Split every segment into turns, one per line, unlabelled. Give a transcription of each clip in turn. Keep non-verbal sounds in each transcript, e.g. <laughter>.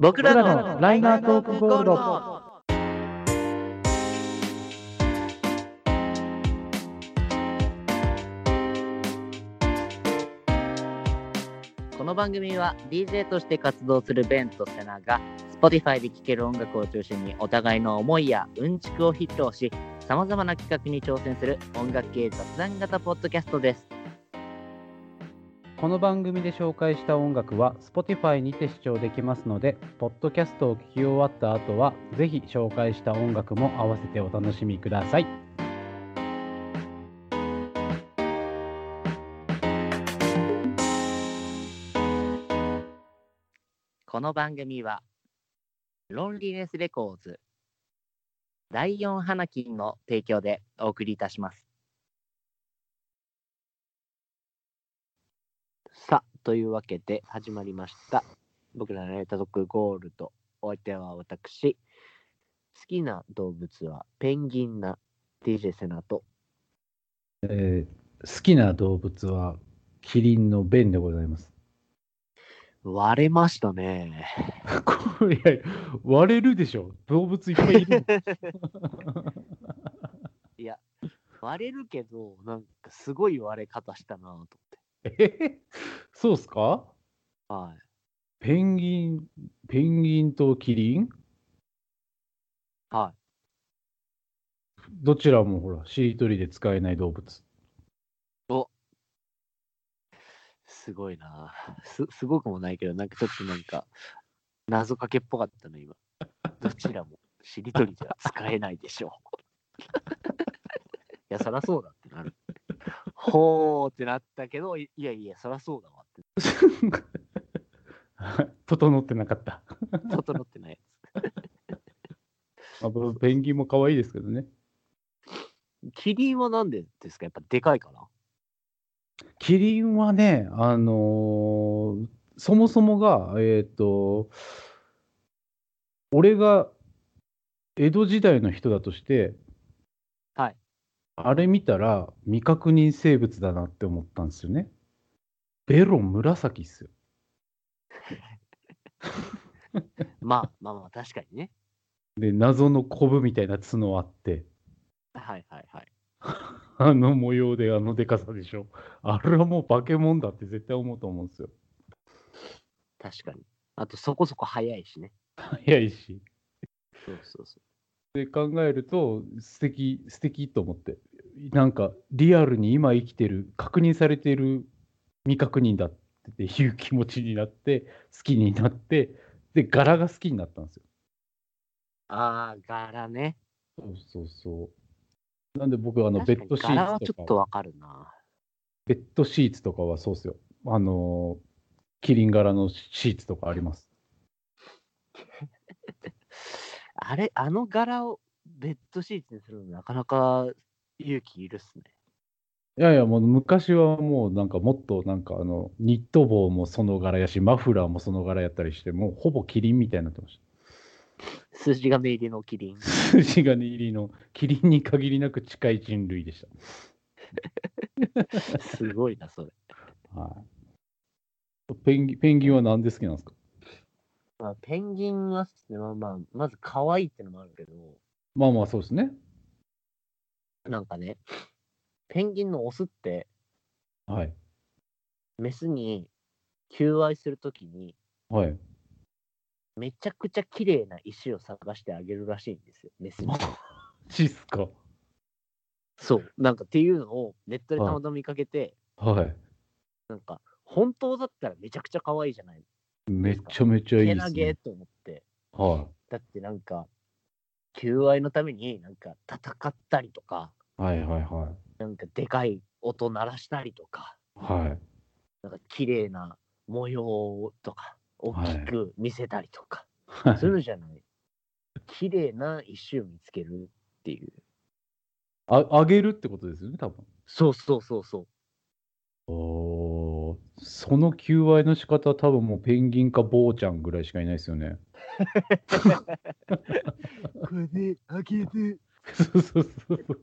僕
らのライナートークゴールド。
この番組は DJ として活動するベンとセナが Spotify で聴ける音楽を中心にお互いの思いやうんちくを披露しさまざまな企画に挑戦する音楽系雑談型ポッドキャストです。
この番組で紹介した音楽は Spotify にて視聴できますので、ポッドキャストを聞き終わった後は、ぜひ紹介した音楽も合わせてお楽しみください。
この番組はロンリネスレコーズ第4花金の提供でお送りいたします。さあ、というわけで始まりました。僕らのやりたとくゴールド。お相手は私。好きな動物はペンギンな DJ セナと。
えー好きな動物はキリンのベンでございます。
割れましたね。
これいや割れるでしょ。動物いっぱいいる。
いや、割れるけど、なんかすごい割れ方したなと思って。
<laughs> えそうっすか
はい。
ペンギン、ペンギンとキリン。
はい
どちらもほら、しりとりで使えない動物。
すごいなす。 <laughs> すごくもないけど、なんかちょっとなんか、謎かけっぽかったの、今。どちらも、しりとりじゃ使え <laughs> ないでしょう。いや、そらそうだってなる。ほーってなったけど、いいやいや、そらそうだわって。
<laughs> 整ってなかった。
整ってないや
まあ、ペンギンも可愛いですけどね。
つ。キリンはなんでですかやっぱでかいかな
キリンはね、あのーそもそもが、えっ、と、俺が江戸時代の人だとして、
はい
あれ見たら未確認生物だなって思ったんですよね。ベロ紫っすよ。
まあまあまあ、確かにね。
で、謎のコブみたいな角あって、 <laughs>
はいはいはい。
あの模様であのでかさでしょ。あれはもう化け物だって絶対思うと思うんですよ。
確かに。あと、そこそこ早いしね。
早いし。
そうそうそ
で考えると素敵素敵と思ってなんかリアルに今生きてる確認されてる未確認だっていう気持ちになって好きになってで柄が好きになったんですよ
う。ああ、柄ね。
そうそうそうなんで僕はあのベ
確か
ッ
に
ドシ
柄
ー
は
ツ
ち
と
ょっ
か
とわかるな。
ベッドシーツとかはそうっすよあのーキリン柄のシーツとかあります
あれ、あの柄をベッドシーツにするのなかなか勇気いるっすね。
いやいやもう昔はもうなんかもっとなんかあのニット帽もその柄やしマフラーもその柄やったりしてもうほぼキリンみたいになってました
筋金入りのキリ
<laughs>
ン。 <laughs>
筋金入りのキリンに限りなく近い人類でし
すごいな、それ。 <laughs>
た。はい、ペンギンペンギンは何で好きなんですか
まあ、ペンギンはっすね、まあまあ、まず可愛いってのもあるけど、
まあまあそうですね。
なんかね、ペンギンのオスって、
はい。
メスに求愛するときに、
はい。
めちゃくちゃ綺麗な石を探してあげるらしいんですよ、メスに。
チスか。
<laughs> そう、なんかっていうのをネットでたまたま見かけて、
はい。
なんか、本当だったらめちゃくちゃ可愛いじゃない。
めちゃめちゃいい
け
で
な
す
げ
ね。
と思って。
は
だってなんか、求愛のためになんか戦ったりとか、
い。はいはいは
なんかでかい音鳴らしたりとか、
い。はい。
なんか綺麗な模様とか、大
はい
きく見せたりとか、
はい
するじゃない。綺麗な石を見つけるっていう。
ああげるってことですよね、多分。
そうそうそうそう。
おーその求愛の仕方は多分もうペンギンか坊ちゃんぐらいしかいないですよね。
これであげる。
そうそうそうそう。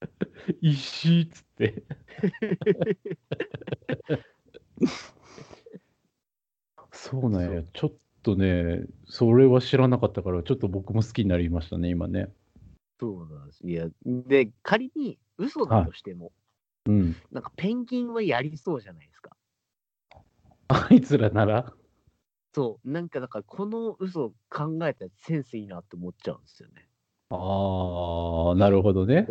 <laughs> 石っつって。そうなんや、ちょっとね、それは知らなかったから、ちょっと僕も好きになりましたね、今ね。
そうなんです。いや、で、仮に嘘だとしても、
うん。
なんかペンギンはやりそうじゃないですか。
あいつらなら、
そう、なんかだから、この嘘考えたらセンスいいなって思っちゃうんですよね。
ああ、なるほどね。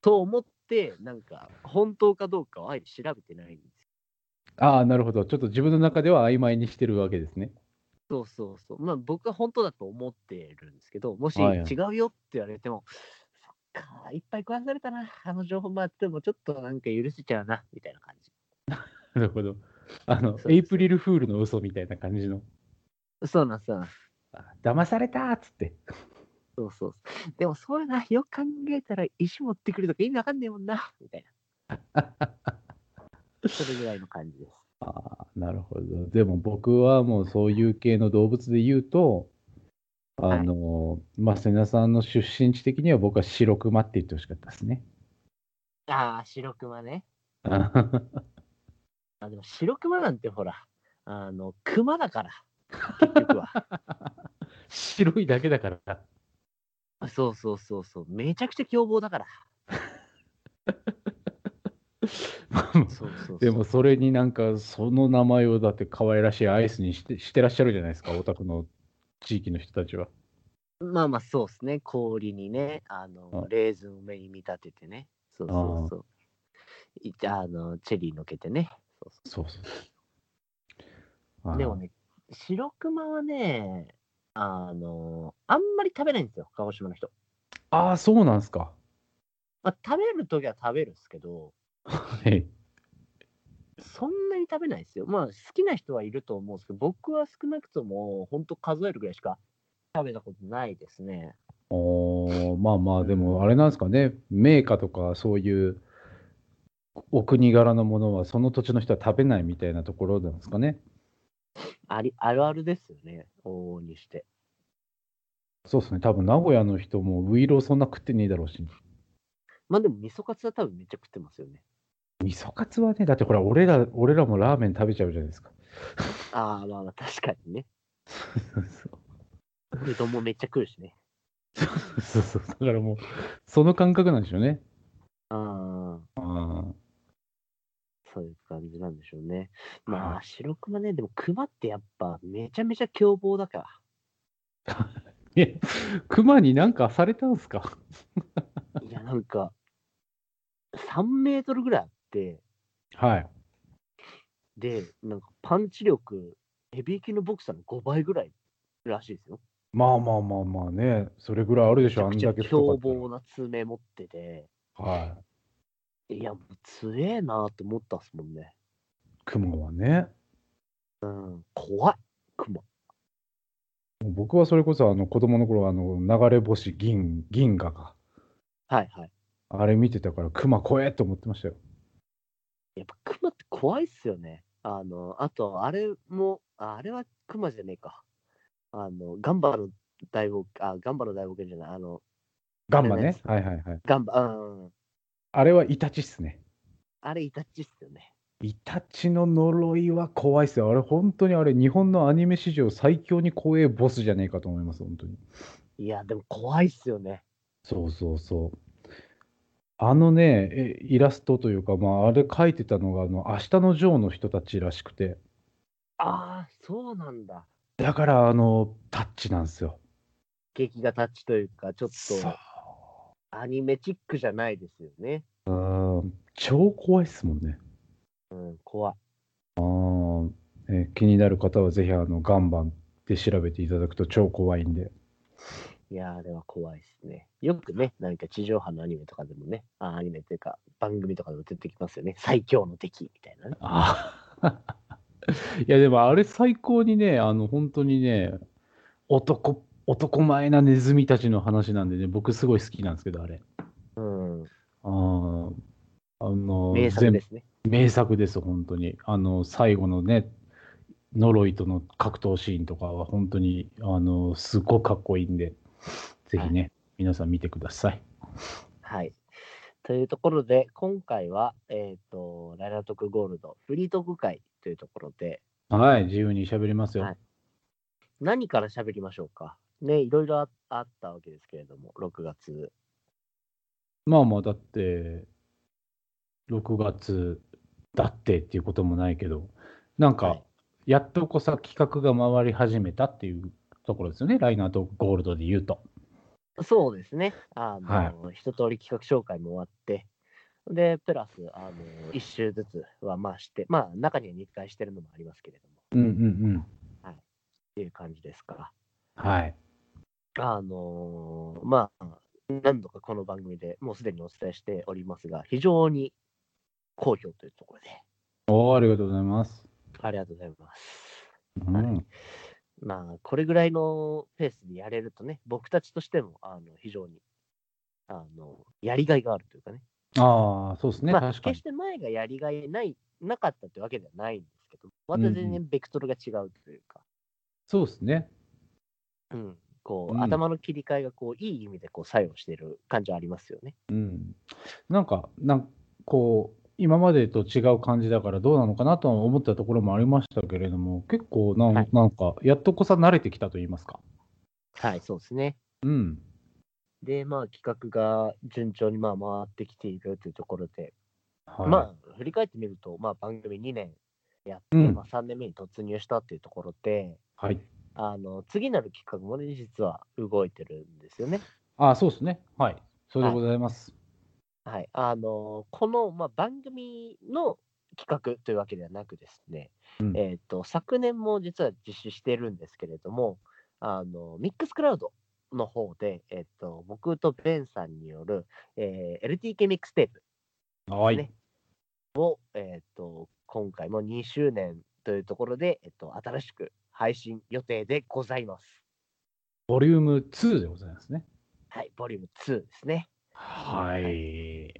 と思って、なんか、本当かどうかをあえて調べてないんですよ。
ああ、なるほど。ちょっと自分の中では曖昧にしてるわけですね。
そうそうそう。まあ、僕は本当だと思ってるんですけど、もし
はい
違うよって言われても、そっか、いっぱい食わされたな、あの情報もあっても、ちょっとなんか許せちゃうな、みたいな感じ。
なるほど。あの、
そう
エイプリルフールの嘘みたいな感じの。
そうなんですそうなんです
あ騙されたーっつって。
そうそうそう。でも、そういうな、よく考えたら石持ってくるとか意味わかんねえもんな、みたいな。それぐらいの感じ
<laughs>
です。
なるほど。でも僕はもうそういう系の動物で言うと、あの、まあ、瀬名さんの出身地的には僕は白熊って言ってほしかったですね。
ああ、白熊ね。
あ
あでも白熊なんてほら、あの、熊だから、結局は。
白いだけだから。
そうそうそうそう、めちゃくちゃ凶暴だから。そうそうそう
<laughs> でもそれになんかその名前をだって可愛らしいアイスにしてしてらっしゃるじゃないですか、お宅の地域の人たちは。
まあまあ、そうですね、氷にね、あ
は
の
い、
レーズンを目に見立ててね、そうそうそう。いあの、チェリーのけてね。そうそ
そうそう。あ
うでもね、白熊はね、あの、あんまり食べないんですよ、鹿児島の人。
ああ、そうなんです <laughs> か。
まあ、食べるときは食べるんですけど、
はい。
そんなに食べないですよ。まあ、好きな人はいると思うんですけど、僕は少なくとも、本当数えるぐらいしか食べたことないですね。
おーまあまあ、でもあれなんですかね、名家とかそういうお国柄のものはその土地の人は食べないみたいなところなんですかね。
あり <laughs> あるあるですよね、往々にして。
そうですね、多分名古屋の人もウイローそんな食ってねえだろうし、
まあでも、味噌カツは多分めっちゃ食ってますよね。
味噌カツはね、だってほら、俺ら、俺らもラーメン食べちゃうじゃな
<laughs>
いですか。
ああ、まあまあ確かにね。うどんもめっちゃ食うしね。
そうそう、だからもう、その感覚なんでしょうね。
ああ、
あ
そういう感じなんでしょうね。まあ、白熊ね、でも熊ってやっぱめちゃめちゃ凶暴だから。
ーいや、熊になんかされたんすか
いや、なんか、3メートルぐらいあって、
はい。
で、なんかパンチ力、ヘビー級のボクサーの5倍ぐらいらしいですよ。
まあまあまあまあね、それぐらいあるで
め
し
ちゃ
ょ、あ
く
ん
ちゃ
だけ太か
凶
ったら
暴な爪持ってて、
はい。
いや、もう強えなと思ったっすもんね。
熊はね。
うん、怖い、熊。
もう僕はそれこそあの子供の頃あの流れ星銀銀河が
はいはい。
あれ見てたから熊怖えと思ってましたよ。
やっぱ熊って怖いっすよね。あの、あと、あれも、ああれは熊じゃねえか。あの、ガンバの大冒険、あ、ガンバの大冒険じゃない、あの、
ガンマね。
あ
はいはいはい。
ガンバ、うん、
あれはイタチっすね。
あれイタチっすよね。
イタチの呪いは怖いっすよ。あれ本当にあれ日本のアニメ史上最強に怖えボスじゃねえかと思います、本当に。
いや、でも怖いっすよね。
そうそうそう。あのね、えイラストというか、まあ、あれ描いてたのがあの明日のジョーの人たちらしくて、
ああ、そうなんだ。
だからあのタッチなんですよ。
劇がタッチというか、ちょっ
そう
とアニメチックじゃないですよね。
超怖いっすもんね。
うん、怖い。
えー気になる方はぜひあの岩盤で調べていただくと超怖いんで。
いやー、あれは怖いですね。よくね、なんか地上波のアニメとかでもね、あアニメというか、番組とかでも出てきますよね。最強の敵みたいなね。
ああ <laughs> いやでもあれ最高にね、あの本当にね、男、男前なネズミたちの話なんでね、僕すごい好きなんですけど、あれ。
うん、
あーあの
名作
全
ですね。
名作です、本当に。あの最後のね、呪いとの格闘シーンとかは本当にあのすごいかっこいいんで、ぜひね、皆さん見てください。
はい。というところで、今回は、えっ、と、ライラトクゴールドフリートーク会というところで、
はい、自由に喋りますよ。
はい何から喋りましょうか。ね、いろいろああったわけですけれども、6月。
まあまあ、だって、6月だってっていうこともないけど、なん
は
か
い、
やっとこさ、企画が回り始めたっていうところですよね、ライナーとゴールドで言うと。
そうですね。あの、一通り企画紹介も終わって、で、プラス、あの、一周ずつはまあして、まあ、中には2回してるのもありますけれども、
うんうん
っていう感じですから。
うん。はい。
あのーまあ、何度かこの番組でもうすでにお伝えしておりますが、非常に好評というところで、
おーありがとうございます。
ありがとうございます。
うん。
はいまあ、これぐらいのペースでやれるとね、僕たちとしても、あの、非常に、あの、やりがいがあるというかね。
ああ、そうですね、
まあ、
確か
決
に
し。て前がやりがいない、なかったというわけではないんですけど、また全
うんう
然ベクトルが違うというか、
そうですね。
うん、こう、
うん
頭の切り替えが、こう、いい意味で、こう、作用している感じはありますよね。
うん。なんか、なんこう、今までと違う感じだからどうなのかなとは思ったところもありましたけれども、結構なん、
はい
なんか、やっとこさ慣れてきたと言いますか。
はい、そうですね。
うん。
で、まあ、企画が順調にまあ回ってきているというところで、
はい、
まあ、振り返ってみると、まあ、番組2年やって、
うん
まあ、3年目に突入したというところで、
はい。
あの次なる企画もね、実は動いてるんですよね。
ああ、そうですね。はい。それでございます。
はい。あの、この、まあ、番組の企画というわけではなくですね、
うん
えっ、と、昨年も実は実施してるんですけれども、あの、ミックスクラウドの方で、えっ、と、僕とベンさんによる、えー LTK ミックステープ
はい。
ねえっ、と、今回も2周年というところで、えっ、と、新しく配信予定でございます。
ボリューム2でございますね。
はい、ボリューム2ですね。
はい。
え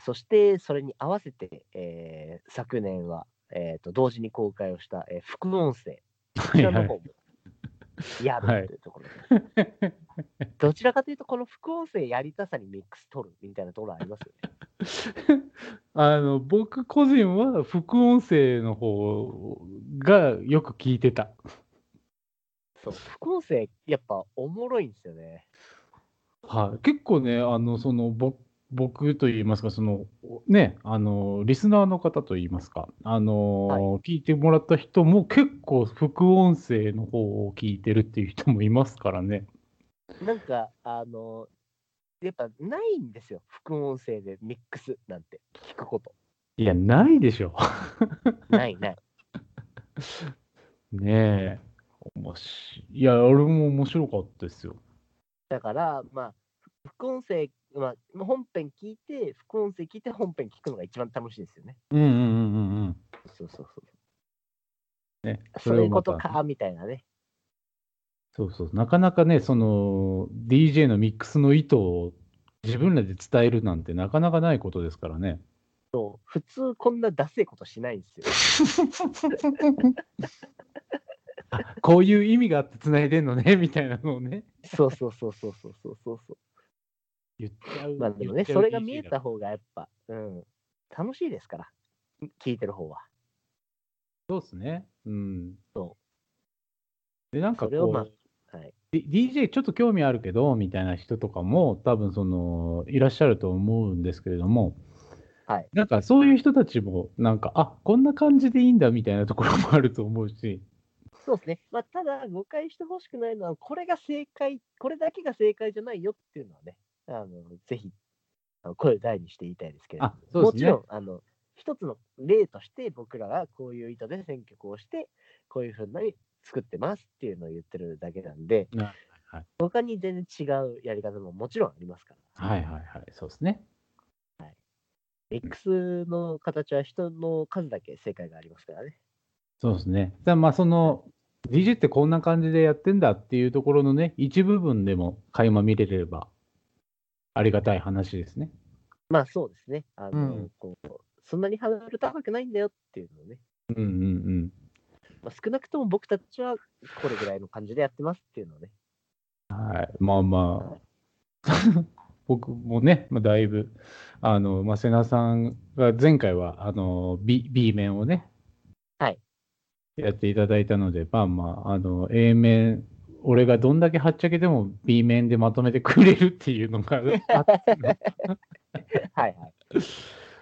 ーそして、それに合わせて、えー昨年は、えっ、と、同時に公開をした、えー副音声、こ
は
ち
い
らの
は
方
い。
もや
はい
るというところで、どちらかというと、この副音声やりたさにミックス取るみたいなところありますよね。
あの、僕個人は副音声の方がよく聞いてた。
そう、副音声、やっぱおもろいんですよね。
はい、結構ね、あのそのぼ僕といいますか、そのね、あのリスナーの方といいますか、あの
はい
聞いてもらった人も結構、副音声の方を聞いてるっていう人もいますからね。
なんか、あの、やっぱないんですよ。副音声でミックスなんて聞くこと。
いや、ないでしょ。
ない <laughs> ない。
ねえ。おもしいや、俺も面白かったですよ。
だから、まあ、副音声、まあ、本編聞いて、副音声聞いて、本編聞くのが一番楽しいですよね。
うんうんうんうんうん。
そうそうそう。
ね、
そういうこと
それをまた
か、みたいなね。
そうそう、なかなかね、その DJ のミックスの意図を自分らで伝えるなんてなかなかないことですから
<laughs>
ね。
そう普通、こんなダセいことしないんですよ。
あこういう意味があって繋いでんのねみたいなのをね
そうそうそうそうそうそうそうそ
言っちゃう
う。まあでもね、それが見えた方がやっぱ、うん、楽しいですから、聞いてる方は。
そうですねうん
そ
でなんか
それを
こう、
まあ、はい。
D- DJ ちょっと興味あるけどみたいな人とかも多分そのいらっしゃると思うんですけれども
はい
なんかそういう人たちもなんかあこんな感じでいいんだみたいなところもあると思うし
そうですね。まあ、ただ、誤解してほしくないのは、これが正解、これだけが正解じゃないよっていうのはね、あのぜひ、あの声を大にして言いたいですけれども
あそう
も
で
ち
すね
ろん、あの、一つの例として、僕らがこういう意図で選曲をして、こういうふうに作ってますっていうのを言ってるだけなんで、
なはい
他に全然違うやり方ももちろんありますから。
はいはいはいそうですね
ミックスの形は人の数だけ正解がありますからね。
そうですね。だまあその DJ ってこんな感じでやってんだっていうところのね、一部分でも垣間見れればありがたい話ですね。
まあそうですね。あの、
うん
こうそんなにハードル高くないんだよっていうのをね。
うんうんうん。
まあ、少なくとも僕たちはこれぐらいの感じでやってますっていうの
<laughs>
をね。
はい。まあま
<laughs>
あ、僕もね、まあ、だいぶ、あの、まあ、瀬名さんが前回は、あの、B, B 面をね、
はい。
やっていただいたので、まあまあ、あの、A 面、俺がどんだけはっちゃけても B 面でまとめてくれるっていう
<laughs>
のがあっての
はいはい。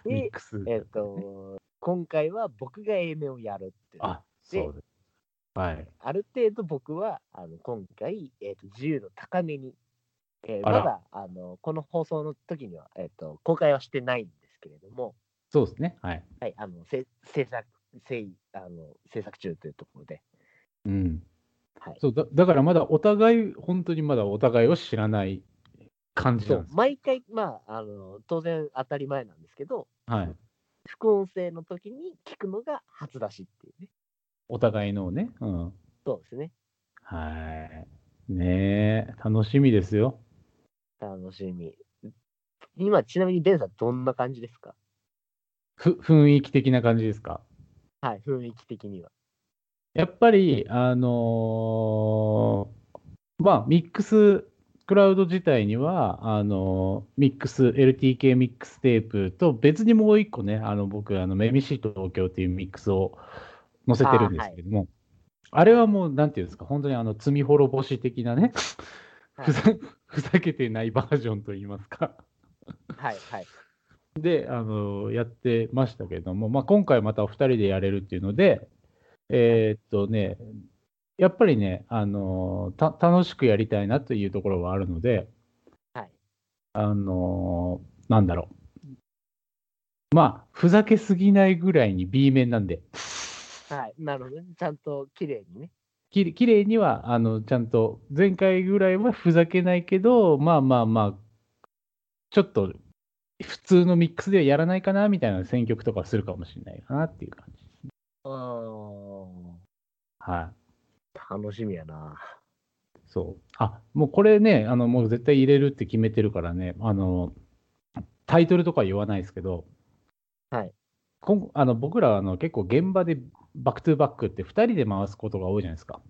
ミ
で
ッ、クス。
えっ、と、今回は僕が A 面をやるっていう。
あ、そうです。はい。
ある程度僕はあの今回、えー、と自由度高めに、えー
あ
ま
ら
だあのこの放送の時には、えー、と公開はしてないんですけれども、
そうですね。はい。
はい、あのせ制作制あの制作中というところで、
うん。
はい、
そうだだからまだお互い、本当にまだお互いを知らない感じ
そ
なん
う
です。
毎回、まああの、当然当たり前なんですけど、
はい。
副音声の時に聞くのが初出しっていうね、
お互いのをね。うん。
そうですね、
はい。ねえ、楽しみですよ。
楽しみ。今、ちなみにベンさん、どんな感じですか
ふ雰囲気的な感じですか
はい、雰囲気的には。
やっぱり、あのーまあ、ミックスクラウド自体には、あのーミックス、LTK ミックステープと別にもう一個ね、あの僕、あのメミシ東京っていうミックスを載せてるんですけども、あ,、れはもう、なんていうんですか、本当にあの罪滅ぼし的なね、
はい
ふざ <laughs> ふざけてないバージョンといいますか。
はい、はい、
で、あのやってましたけども、まあ、今回またお二人でやれるっていうので、えーっとね、やっぱりね、あのた楽しくやりたいなというところはあるので、
はい、
あのなんだろう。まあ、ふざけすぎないぐらいに B 面なんで、
はい、なるほどね、ちゃんと綺麗にね。
きれきれいには、あの、ちゃんと、前回ぐらいはふざけないけど、まあまあまあ、ちょっと、普通のミックスではやらないかな、みたいな選曲とかするかもしれないかなっていう感じ。
うーん
は
楽しみやな。
い。そう。あ、もうこれね、あの、もう絶対入れるって決めてるからね、あの、タイトルとか言わないですけど、
はい。
こんあの僕らあの結構現場でバックトゥバックって2人で回すことが多いじゃないですか。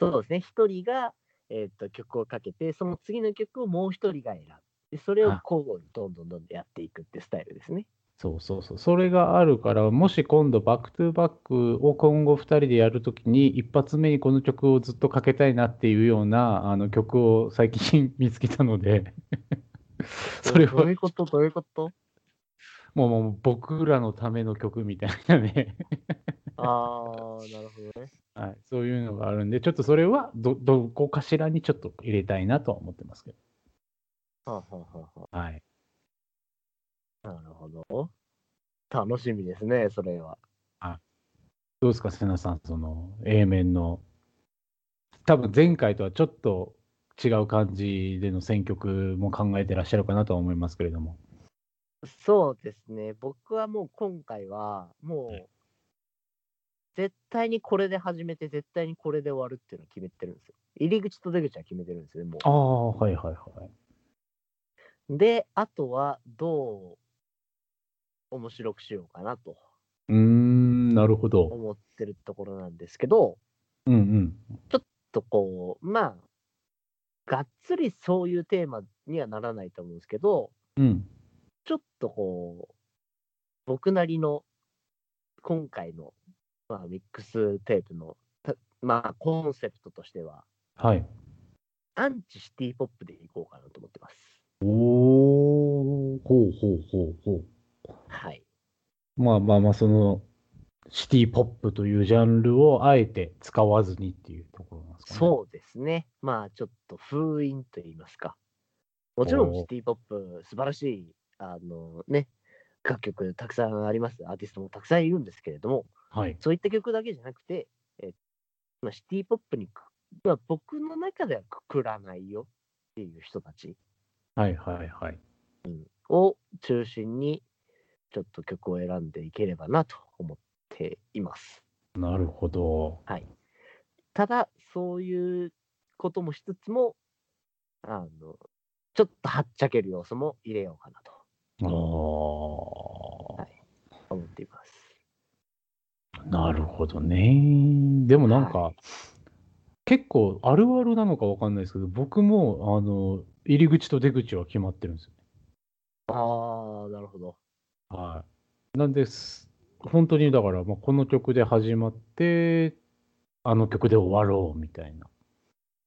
そうですね、一人が、えー、と曲をかけて、その次の曲をもう一人が選ぶ。でそれを
はい
交互にどんどんどんどんやっていくってスタイルですね。
そうそうそう。それがあるから、もし今度バックトゥバックを今後2人でやるときに、一発目にこの曲をずっとかけたいなっていうようなあの曲を最近見つけたので、 <laughs> それ
どう
は
いうことどういうこと
もうもう僕らのための曲みたいなね、 <laughs>
ああ、なるほどね。
はい、そういうのがあるんで、ちょっとそれはどどこかしらにちょっと入れたいなとは思ってますけど。
はあはあはあは
はい。
あなるほど。楽しみですね、それは。
どうですか、瀬名さん、その A 面の、多分前回とはちょっと違う感じでの選曲も考えてらっしゃるかなとは思いますけれども。
そうですね、僕はもう今回は、もう、絶対にこれで始めて、絶対にこれで終わるっていうのを決めてるんですよ。入り口と出口は決めてるんですよね、もう。
ああ、はいはいはい。
で、あとはどう面白くしようかなと
うーん、なるほど。
思ってるところなんですけど、
うんうん。
ちょっとこう、まあ、がっつりそういうテーマにはならないと思うんですけど、
うん。
ちょっとこう、僕なりの今回の、まあ、ミックステープの、たまあ、コンセプトとしては、
はい。
アンチシティポップでいこうかなと思ってます。
おー、ほうほうほうほ
はい。
う。まあまあまあ、その、シティポップというジャンルをあえて使わずにっていうところなんですかね。う。
そうですね。まあちょっと封印と言いますか。もちろん
おー
シティポップ素晴らしいあのね楽曲たくさんあります。アーティストもたくさんいるんですけれども、
はい。
そういった曲だけじゃなくて、えーまあ、シティポップにく、まあ、僕の中ではくくらないよっていう人たち
はいはいはい。
を中心にちょっと曲を選んでいければなと思っています。
なるほど。
ただ、そういうこともしつつも、あの、ちょっとはっちゃける要素も入れようかなと
ああ。
思っています。
なるほどね。でもなんか、
は
結構あるあるなのかわかんないですけど、僕もあの入り口と出口は決まってるんですよ。
ああ、なるほど。
はい。なんです。本当にだから、まあ、この曲で始まって、あの曲で終わろうみたいな。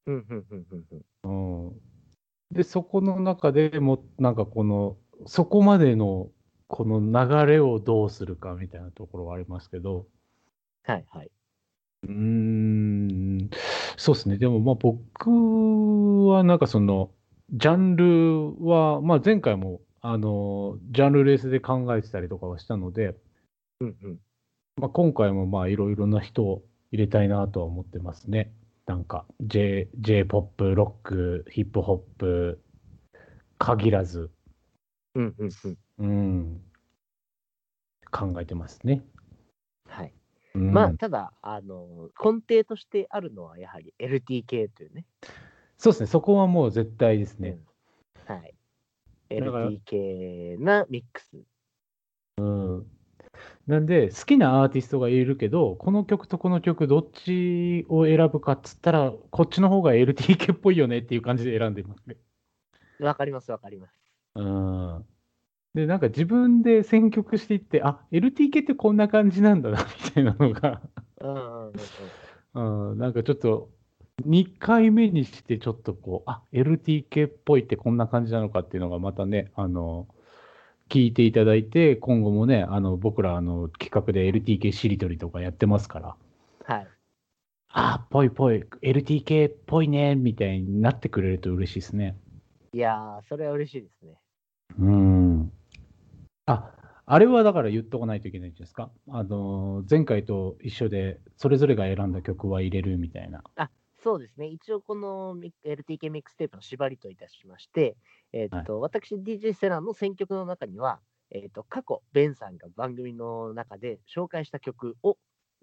うんうんうんうんうん
うん、で、そこの中でも、なんかこの、そこまでのこの流れをどうするかみたいなところはありますけど、
はいはい。
うーん、そうですね。でも、まあ、僕は、なんかその、ジャンルは、まあ、前回も、あの、ジャンルレースで考えてたりとかはしたので、
うんうん。
まあ、今回も、まあ、いろいろな人を入れたいなとは思ってますね。なんか、J、J-POP、ロック、ヒップホップ、限らず、
うんうんうん。
うん、考えてますね。
はい。
うん
まあ、ただ、あの、根底としてあるのは、やはり LTK というね。
そうですね。そこはもう絶対ですね。
うん。はい。
だから
LTK なミックス。
なんで、好きなアーティストがいるけど、この曲とこの曲、どっちを選ぶかっつったら、こっちの方が LTK っぽいよねっていう感じで選んでますね。
わかります、わかります。
うん。で、なんか自分で選曲していって、あ、LTK ってこんな感じなんだな、みたいなのが、
うんうんうんうん。
<laughs> うん、なんかちょっと、2回目にして、ちょっとこう、あ、LTK っぽいってこんな感じなのかっていうのが、またね、あの、聞いていただいて、今後もね、あの、僕ら、あの、企画で LTK しりとりとかやってますから、
はい。
あーぽいぽい、LTK っぽいね、みたいになってくれると嬉しいですね。
いやー、それは嬉しいですね。
うん。あ、あれはだから言っとかないといけないんじゃないですか。あのー、前回と一緒で、それぞれが選んだ曲は入れるみたいな。
そうですね、一応このミ LTK ミックステープの縛りといたしまして、えーっと私、DJ セランの選曲の中には、えーっと過去、ベンさんが番組の中で紹介した曲を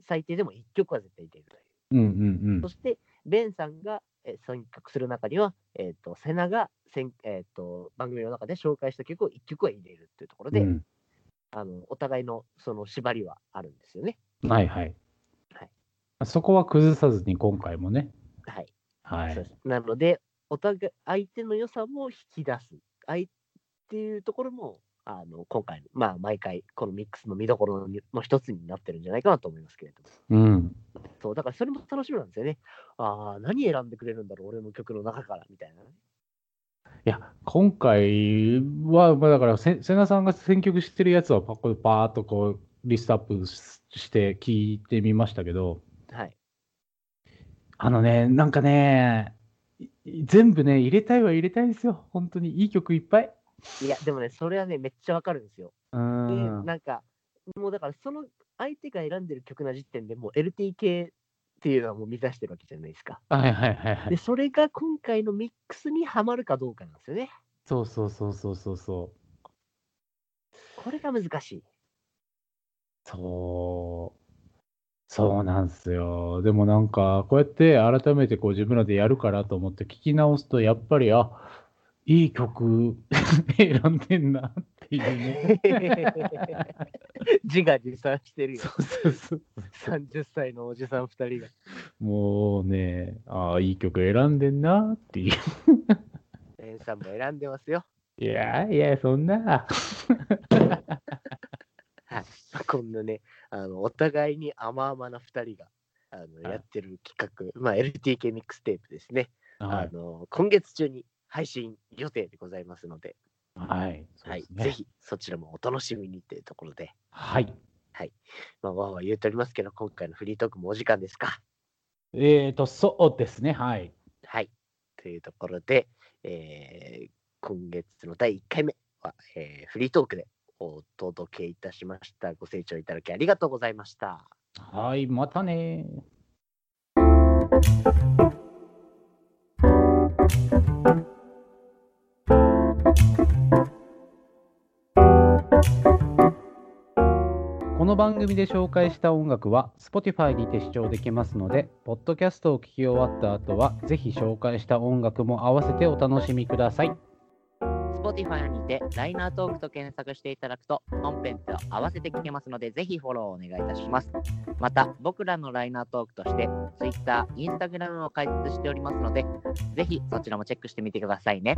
最低でも1曲は絶対入れるという。
うんうん
そして、ベンさんがえー選曲する中には、えーっとセナが選、えーっと番組の中で紹介した曲を1曲は入れるというところ
うん。
で、
うん
あのお互いのその縛りはあるんですよね。
はいはい
はい。
そこは崩さずに今回もね。
はい
は
そう
い
で。すなので、お互い相手の良さも引き出す。相っていうところも、あの今回の、まあ、毎回、このミックスの見どころのの一つになってるんじゃないかなと思いますけれども。
うん。
そう、だからそれも楽しみなんですよね。ああ、何選んでくれるんだろう、俺の曲の中から、みたいなね。
いや、今回は、まあだからせ、瀬名さんが選曲してるやつはパ、こうパーっとこう、リストアップしして聞いてみましたけど、
はい。
あのね、なんかね、い全部ね、入れたいは入れたいんですよ。本当にいい曲いっぱい。
いや、でもね、それはね、めっちゃわかるんですよ。
う
で、
ん。
なんか、もうだから、その相手が選んでる曲な時点でもう LTK っていうのはもう満たしてるわけじゃないですか。
はいはいはいは
で、
い。
それが今回のミックスにはまるかどうかなんですよね。
そうそうそうそうそうそう。
これが難し
<laughs>
い。
そう。そうなんですよ。でもなんか、こうやって改めてこう自分らでやるからと思って聞き直すと、やっぱり、あ、いい曲 <laughs> 選んでんなっていうね。
自画自賛してるよ
そ。うそうそう。
30歳のおじさん2人が。
もうね、あいい曲選んでんなっていう。
エンさんも選んでますよ。 <laughs>
いやいや、そん
は
な。
いこんなね、あのお互いに甘々な2人があの
はい
やってる企画、まあ、LTK ミックステープですね、
は
あ
い。
の。今月中に配信予定でございますので、
はい。そう
は
で
い
すね
ぜ。ひそちらもお楽しみにというところで、
はい。
まあ、わーわー言うておりますけど、今回のフリートークもお時間ですか。
えっ、ー、と、そうですね。はい。
はい。というところで、えー今月の第1回目は、えーフリートークでお届けいたしました。ご清聴いただきありがとうございました。
はい、またねー。この番組で紹介した音楽は Spotify にて視聴できますので、ポッドキャストを聞き終わった後は、ぜひ紹介した音楽も合わせてお楽しみください。
Spotify にてライナートークと検索していただくと本編と合わせて聞けますのでぜひフォローお願いいたしますまた僕らのライナートークとして Twitter、Instagram を開設しておりますのでぜひそちらもチェックしてみてくださいね